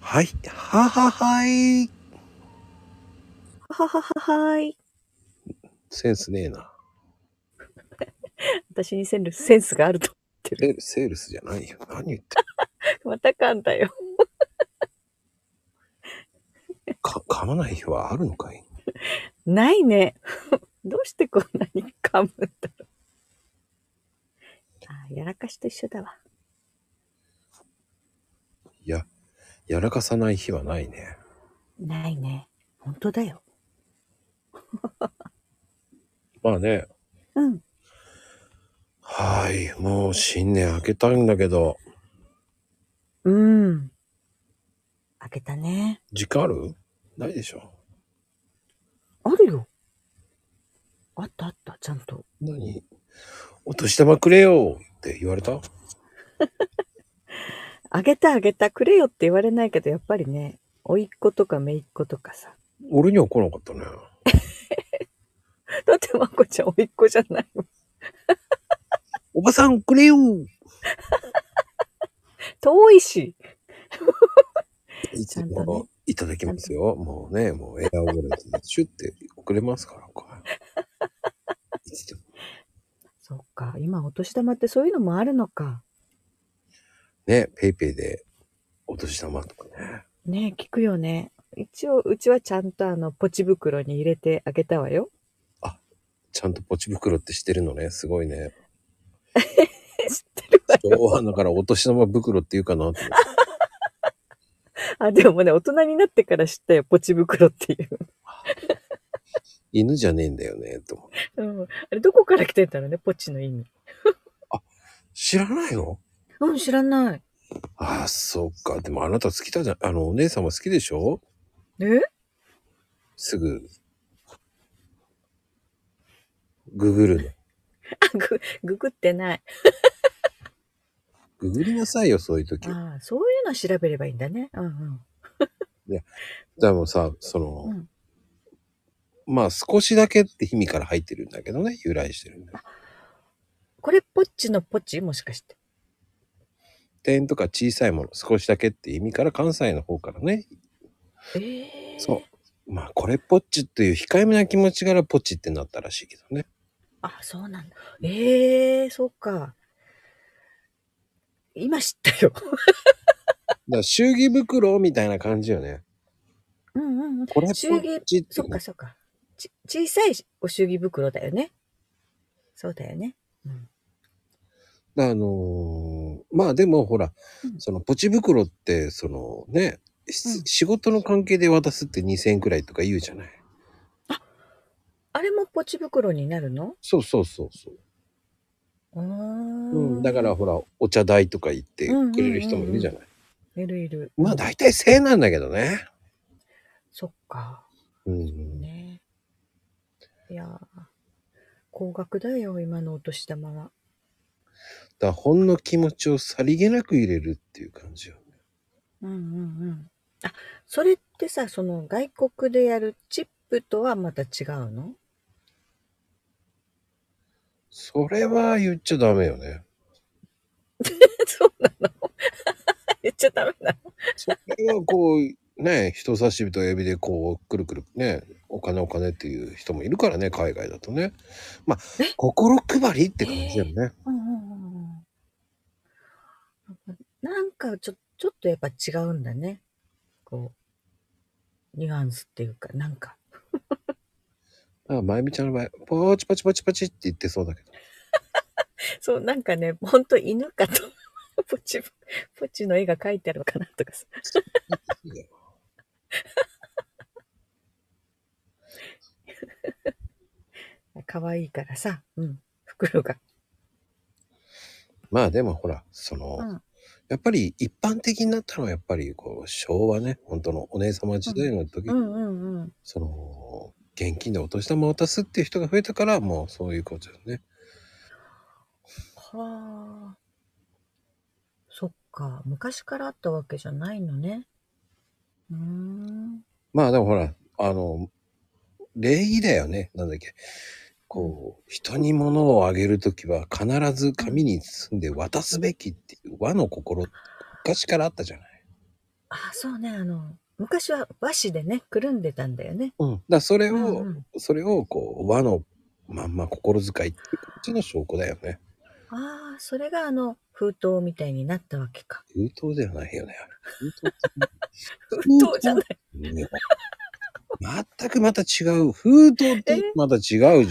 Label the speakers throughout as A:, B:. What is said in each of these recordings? A: はい、はははい。
B: ははははーい。
A: センスねえな。
B: 私にセンルセンスがあると。
A: セセールスじゃないよ。何言って
B: また噛んだよ。
A: るか 噛まない日はあるのかい
B: ないね。 どうしてこんなに噛むんだろう。あーやらかしと一緒だわ。
A: いや、やらかさない日はないね。
B: ないね。本当だよ。
A: まあね。
B: うん。
A: はい、もう新年明けたんだけど、
B: うん。開けたね。
A: 時間あるないでしょ。
B: あるよ。あったあった、ちゃんと。
A: 何お年玉くれよって言われた
B: あげたあげた、くれよって言われないけど、やっぱりね、甥いっ子とか姪っ子とかさ。
A: 俺には来なかったね。
B: だってまこちゃん甥いっ子じゃないもん。
A: おばさんくれよ
B: 遠いし。
A: いつ
B: ちゃんと
A: もいただきますよ。もうね、もうエアーオレンジでシュッて送れますから。こ れいつでも
B: そっか、今お年玉ってそういうのもあるのか。
A: ね、ペイペイでお年玉とかね。
B: ねえ聞くよね。一応、うちはちゃんとあの、ポチ袋に入れてあげたわよ。
A: ちゃんとポチ袋ってしてるのね。すごいね。
B: 知ってるわよ。
A: 昭和だからお年玉袋っていうかなって。
B: あ、でもね、大人になってから知ったよ、ポチ袋っていう。
A: 犬じゃねえんだよね、と思って。
B: うん。あれ、どこから来てんだろうね、ポチの意味。
A: 知らないの
B: うん、知らない。
A: ああ、そっか。でもあなた好きだじゃん。あの、お姉様好きでしょ
B: え
A: すぐ。ググるの。
B: あ、ぐ、ググってない。
A: ググりなさいよ、そういう時。
B: ああ、そういうの調べればいいんだね。うんうん。
A: でもさ、その、
B: うん
A: まあ少しだけって意味から入ってるんだけどね、由来してるんだよ。
B: これ、ポッチのポチもしかして。
A: 点とか小さいもの、少しだけって意味から関西の方からね、
B: ええ
A: そう。まあこれポッチっていう控えめな気持ちからポチってなったらしいけどね。
B: あ、そうなんだ。ええそうか。今知ったよ。
A: だから祝儀袋みたいな感じよね。
B: うんうんうん。
A: これポ
B: 祝儀
A: ッチって
B: そっかそっか。ち、小さいお祝儀袋だよね。そうだよね。うん。
A: あのーまあでもほら、
B: うん
A: そのポチ袋ってそのね、し
B: うん
A: 仕事の関係で渡すって2,000円くらいとか言うじゃない。
B: あれもポチ袋になるの
A: そうそうそうそう。
B: うーん
A: うん、だから、ほらお茶代とか言ってくれる人もいるじゃない、
B: いるいる。
A: まあ大体1000円なんだけどね、
B: そっか。
A: うん
B: ね。いやー、高額だよ、今のお年玉は。
A: だからほんの気持ちをさりげなく入れるっていう感じよ
B: うんうんうん。あ、それってさ、その外国でやるチップとはまた違うの
A: それは言っちゃダメよね
B: そうなの 言っちゃダメなの
A: それはこうね人差し指と指でこうくるくるねお金お金っていう人もいるからね海外だとねまあ
B: え
A: 心配りって感じだよね、
B: うんうんうんうん。なんかちょ、ちょっとやっぱ違うんだね。こう、ニュアンスっていうか、なんか。
A: まあまゆみちゃんの場合ポチポチポチポチって言ってそうだけど
B: そう、なんかね、ほんと犬かと。 ポチ、ポチの絵が描いてあるのかなとかさ。可愛いからさ、うん、袋が。
A: まあでもほらその、
B: うん
A: やっぱり一般的になったのはやっぱりこう昭和ね本当のお姉様時代の時、
B: うんうんうん。
A: その現金でお年玉を渡すっていう人が増えたからもうそういうことよね。
B: はあ。そっか、昔からあったわけじゃないのね。うーん。
A: まあでもほらあの礼儀だよねなんだっけこう人に物をあげる時は必ず紙に包んで渡すべきっていう和の心昔からあったじゃない。
B: あ、そうね、あの、昔は和紙でね、くるんでたんだよね。
A: うん、だからそれを、
B: うんうん、
A: それをこう和のまんま心遣いっていう形の証拠だよね。
B: ああ、それがあの、封筒みたいになったわけか。
A: 封筒ではないよね。
B: 封
A: 封筒
B: 筒じゃない。
A: ね全くまた違う。封筒ってまた違うじゃん。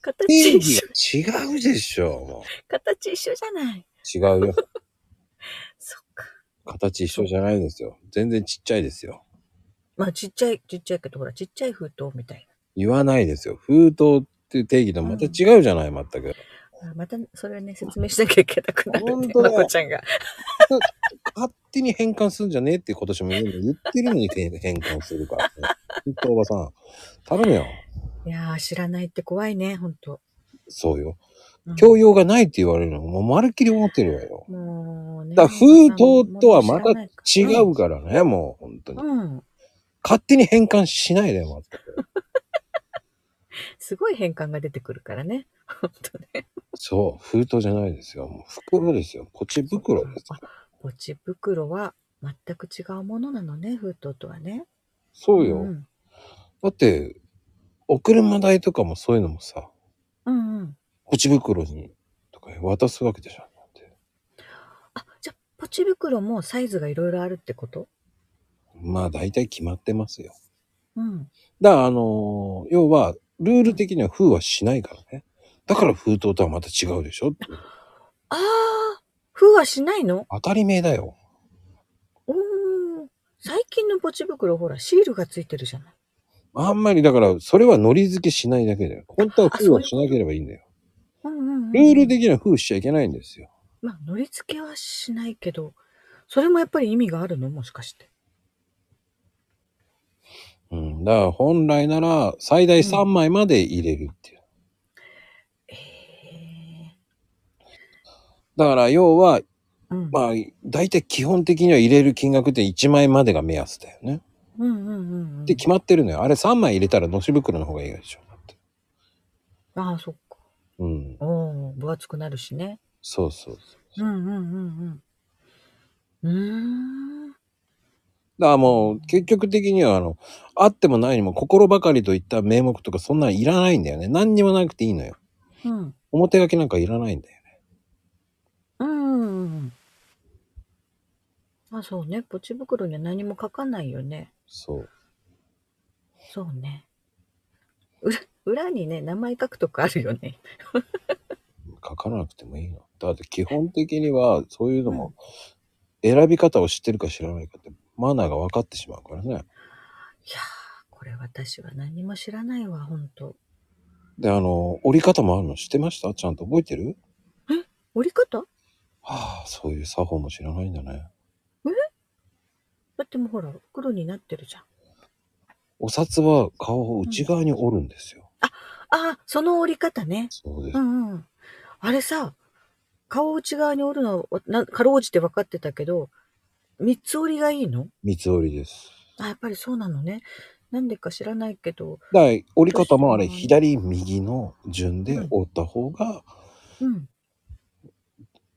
B: 形
A: 定
B: 一緒、
A: 義が違うでしょ。も
B: 形一緒じゃない。
A: う違うよ。
B: そっか。
A: 形一緒じゃないですよ。全然ちっちゃいですよ。
B: まあ、ちっちゃい、ちっちゃいけど、ほら、ちっちゃい封筒みたい
A: 言わないですよ。封筒っていう定義とまた違うじゃない、全く。
B: な。あまた、それはね、説明しなきゃいけなくなる
A: 本
B: ね。
A: 当だ
B: ま
A: よ
B: こちゃんが。
A: 勝手に変換するんじゃねえって今年も言ってるのに変換するから、ね。ほんとおばさん。頼むよ。
B: いやー、知らないって怖いね、ほんと。
A: そうよ。
B: うん
A: 教養がないって言われるのもうまるっきり思ってるわよ。
B: もうね。
A: だから封筒とはまた違
B: 知らな
A: う
B: いか
A: からね、もう本当
B: ら。
A: に。
B: うんうん。
A: 勝手に変換しないでよ、全く。
B: すごい変換が出てくるからね。ほんとね。
A: そう、封筒じゃないですよ。もう袋ですよ。ポチ袋です。
B: あポチ袋は全く違うものなのね、封筒とはね。
A: そうよ。
B: うん
A: だって、お車代とかもそういうのもさ、
B: うんうん。
A: ポチ袋にとか渡すわけでしょ。だって
B: あ、じゃあ、ポチ袋もサイズがいろいろあるってこと
A: まあ大体決まってますよ。
B: うん。
A: だからあのー要は、ルール的には封はしないからね。だから封筒とはまた違うでしょっていう
B: ああ、封はしないの
A: 当たり前だよ。
B: おー。最近のポチ袋、ほら、シールがついてるじゃない。
A: あんまりだから、それはノリ付けしないだけだよ。本当は
B: あ
A: 封は
B: そうい
A: しな
B: うこと
A: ければいいんだよ。
B: うんうん、うん。
A: ルール。的には封しちゃいけないんですよ。
B: まあ、乗り付けはしないけど、それもやっぱり意味があるのもしかして。
A: うん。だから本来なら、最大3枚まで入れるっていう。
B: え
A: だから要は、
B: えうん。
A: まあ、大体基本的には入れる金額って1枚までが目安だよね。
B: うんうんうん、うん。
A: で、決まってるのよ。あれ3枚入れたらのし袋の方がいいでしょ。だって
B: ああ、そっか。
A: うん。
B: おお、分厚くなるしね。
A: そうそうそう。
B: うんうんうんうん。うーん。
A: だからもう、結局的には、あの、あってもないにも心ばかりといった名目とかそんなんいらないんだよね。何にもなくていいのよ。
B: うん。
A: 表書きなんかいらないんだよ。
B: うんうんうん。あ、そうね。ポチ袋には何も書かないよね。
A: そう。
B: そうね。裏、裏にね、名前書くとこあるよね。
A: 書かなくてもいいの。だって基本的にはそういうのも選び方を知ってるか知らないかってマナーが分かってしまうからね。
B: いやー、これ私は何も知らないわ、ほんと。
A: で、あの、折り方もあるの知ってましたちゃんと覚えてる
B: 折り方
A: はあ、そういう作法も知らないんだね。
B: だってもうほら、袋になってるじゃん。
A: お札は顔を内側に折るんですよ。
B: ああ、その折り方ね。
A: そうで
B: う
A: す。
B: んうん。あれさ、顔内側に折るのはな、かろうじて分かってたけど、三つ折りがいいの
A: 三つ折りです。
B: あ、やっぱりそうなのね。なんでか知らないけど、
A: だから折り方もあれ
B: 確か
A: 左
B: に
A: 右の順で折った方が、
B: うん。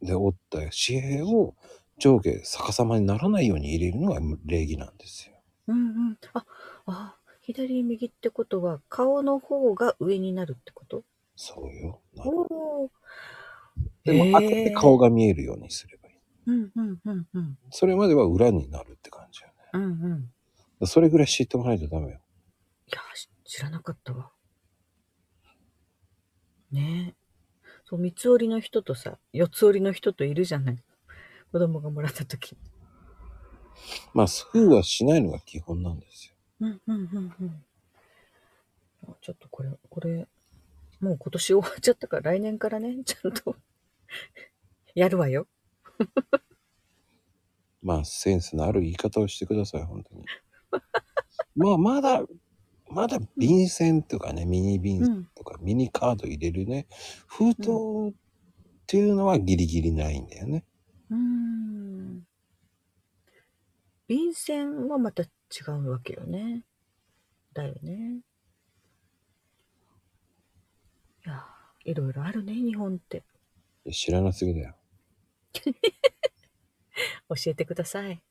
A: で折った紙幣を上下逆さまにならないように入れるのが礼儀なんですよ。
B: うんうん。あ、あ、左右ってことは、顔の方が上になるってこと
A: そうよ。
B: おお。
A: でも、あく
B: へ
A: て
B: ー
A: 顔が見えるようにすればいい。
B: うんうんうんうん。
A: それまでは裏になるって感じよね。
B: うんうん。
A: それぐらい知っておかないとダメよ。
B: いや、し知らなかったわ。ねえ。そう、三つ折りの人とさ、四つ折りの人といるじゃない。子供がもらった時。
A: まあ、封はしないのが基本なんですよ。
B: うんうんうんうん。あちょっとこれ、これ、もう今年終わっちゃったから来年からね、ちゃんと やるわよ。
A: まあ、センスのある言い方をしてください、本 当に。まあ、まだ、まだ便箋とかね、ミニ便箋とか、ミニカード入れるね、封筒っていうのはギリギリないんだよね。
B: うーん。便箋はまた違うわけよね。だよね。いやー、いろいろあるね、日本って。
A: 知らなすぎだよ。
B: 教えてください。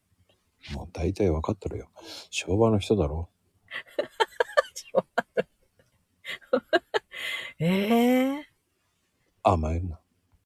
A: もう大体分かってるよ。昭和の人だろ。
B: ええ
A: 甘えるな。